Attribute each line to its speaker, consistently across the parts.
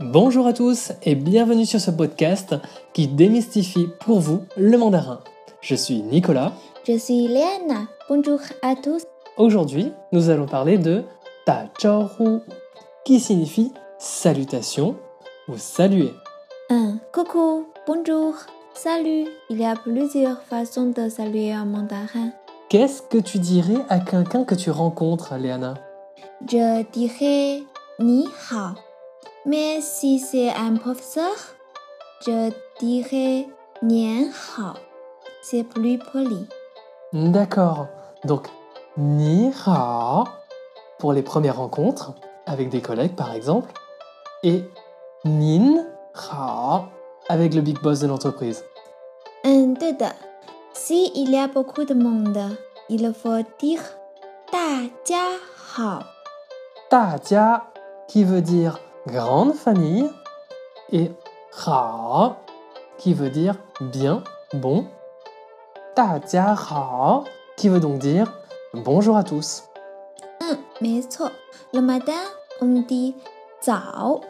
Speaker 1: Bonjour à tous et bienvenue sur ce podcast qui démystifie pour vous le mandarin. Je suis Nicolas.
Speaker 2: Je suis Léana. Bonjour à tous.
Speaker 1: Aujourd'hui, nous allons parler de Ta Hu, qui signifie salutation ou saluer.
Speaker 2: 1. Coucou, bonjour, salut. Il y a plusieurs façons de saluer en mandarin.
Speaker 1: Qu'est-ce que tu dirais à quelqu'un que tu rencontres, Léana
Speaker 2: Je dirais ni hao. Mais si c'est un professeur, je dirais nian hao. C'est plus poli.
Speaker 1: D'accord. Donc, ni hao pour les premières rencontres, avec des collègues par exemple, et nin hao avec le big boss de l'entreprise.
Speaker 2: Hum, Si il y a beaucoup de monde, il faut dire 大家好.
Speaker 1: Tadia qui veut dire grande famille et Hao qui veut dire bien, bon. Tadia Hao qui veut donc dire bonjour à tous.
Speaker 2: 嗯，没错。Le matin, on dit 早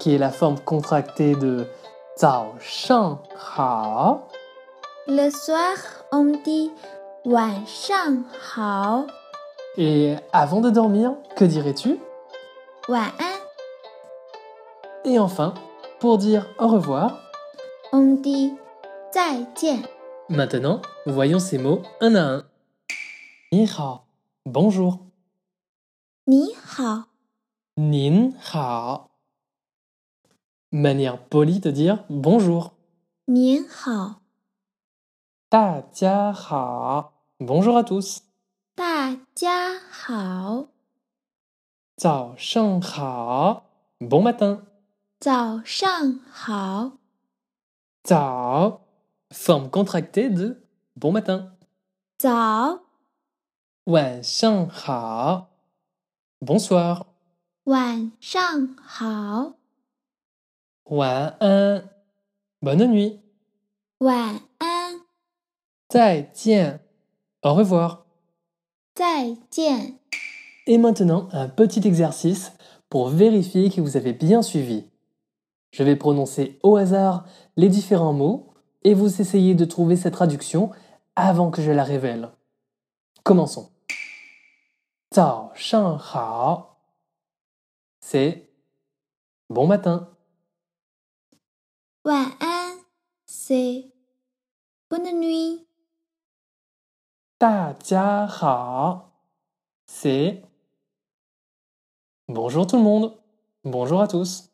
Speaker 1: qui est la forme contractée de Zao Shang Hao.
Speaker 2: Le soir, on dit 晚上好
Speaker 1: Et avant de dormir, que dirais-tu
Speaker 2: 晚安
Speaker 1: Et enfin, pour dire au revoir,
Speaker 2: on dit 再见
Speaker 1: maintenant, voyons ces mots un à un. Ni hao, bonjour.
Speaker 2: 你好
Speaker 1: Nin hao. Manière polie de dire bonjour.
Speaker 2: 您好
Speaker 1: Ta jia hao. Bonjour à tous.
Speaker 2: 大家好
Speaker 1: Zao sheng hao. Bon matin.
Speaker 2: 早上好
Speaker 1: Zao. Forme contractée de bon matin.
Speaker 2: 早
Speaker 1: Wan sheng hao. Bonsoir.
Speaker 2: 晚上好
Speaker 1: Wan an. Bonne nuit.
Speaker 2: 晚安
Speaker 1: Zai jian. Au revoir.
Speaker 2: 再见
Speaker 1: Et maintenant, un petit exercice pour vérifier que vous avez bien suivi. Je vais prononcer au hasard les différents mots et vous essayez de trouver cette traduction avant que je la révèle. Commençons. Zao shang hao. C'est bon matin.
Speaker 2: 晚安 C'est bonne nuit
Speaker 1: Da jia hao. C'est bonjour tout le monde. Bonjour à tous.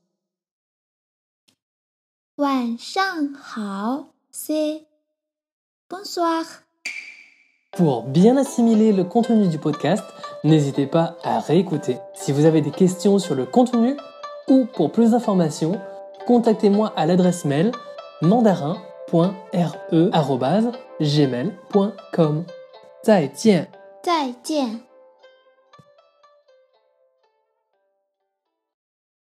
Speaker 2: 晚上好，C'est bonsoir。
Speaker 1: Pour bien assimiler le contenu du podcast, n'hésitez pas à réécouter. Si vous avez des questions sur le contenu ou pour plus d'informations, contactez-moi à l'adresse mail E mandarin.re@gmail.com. 再见
Speaker 2: 再见。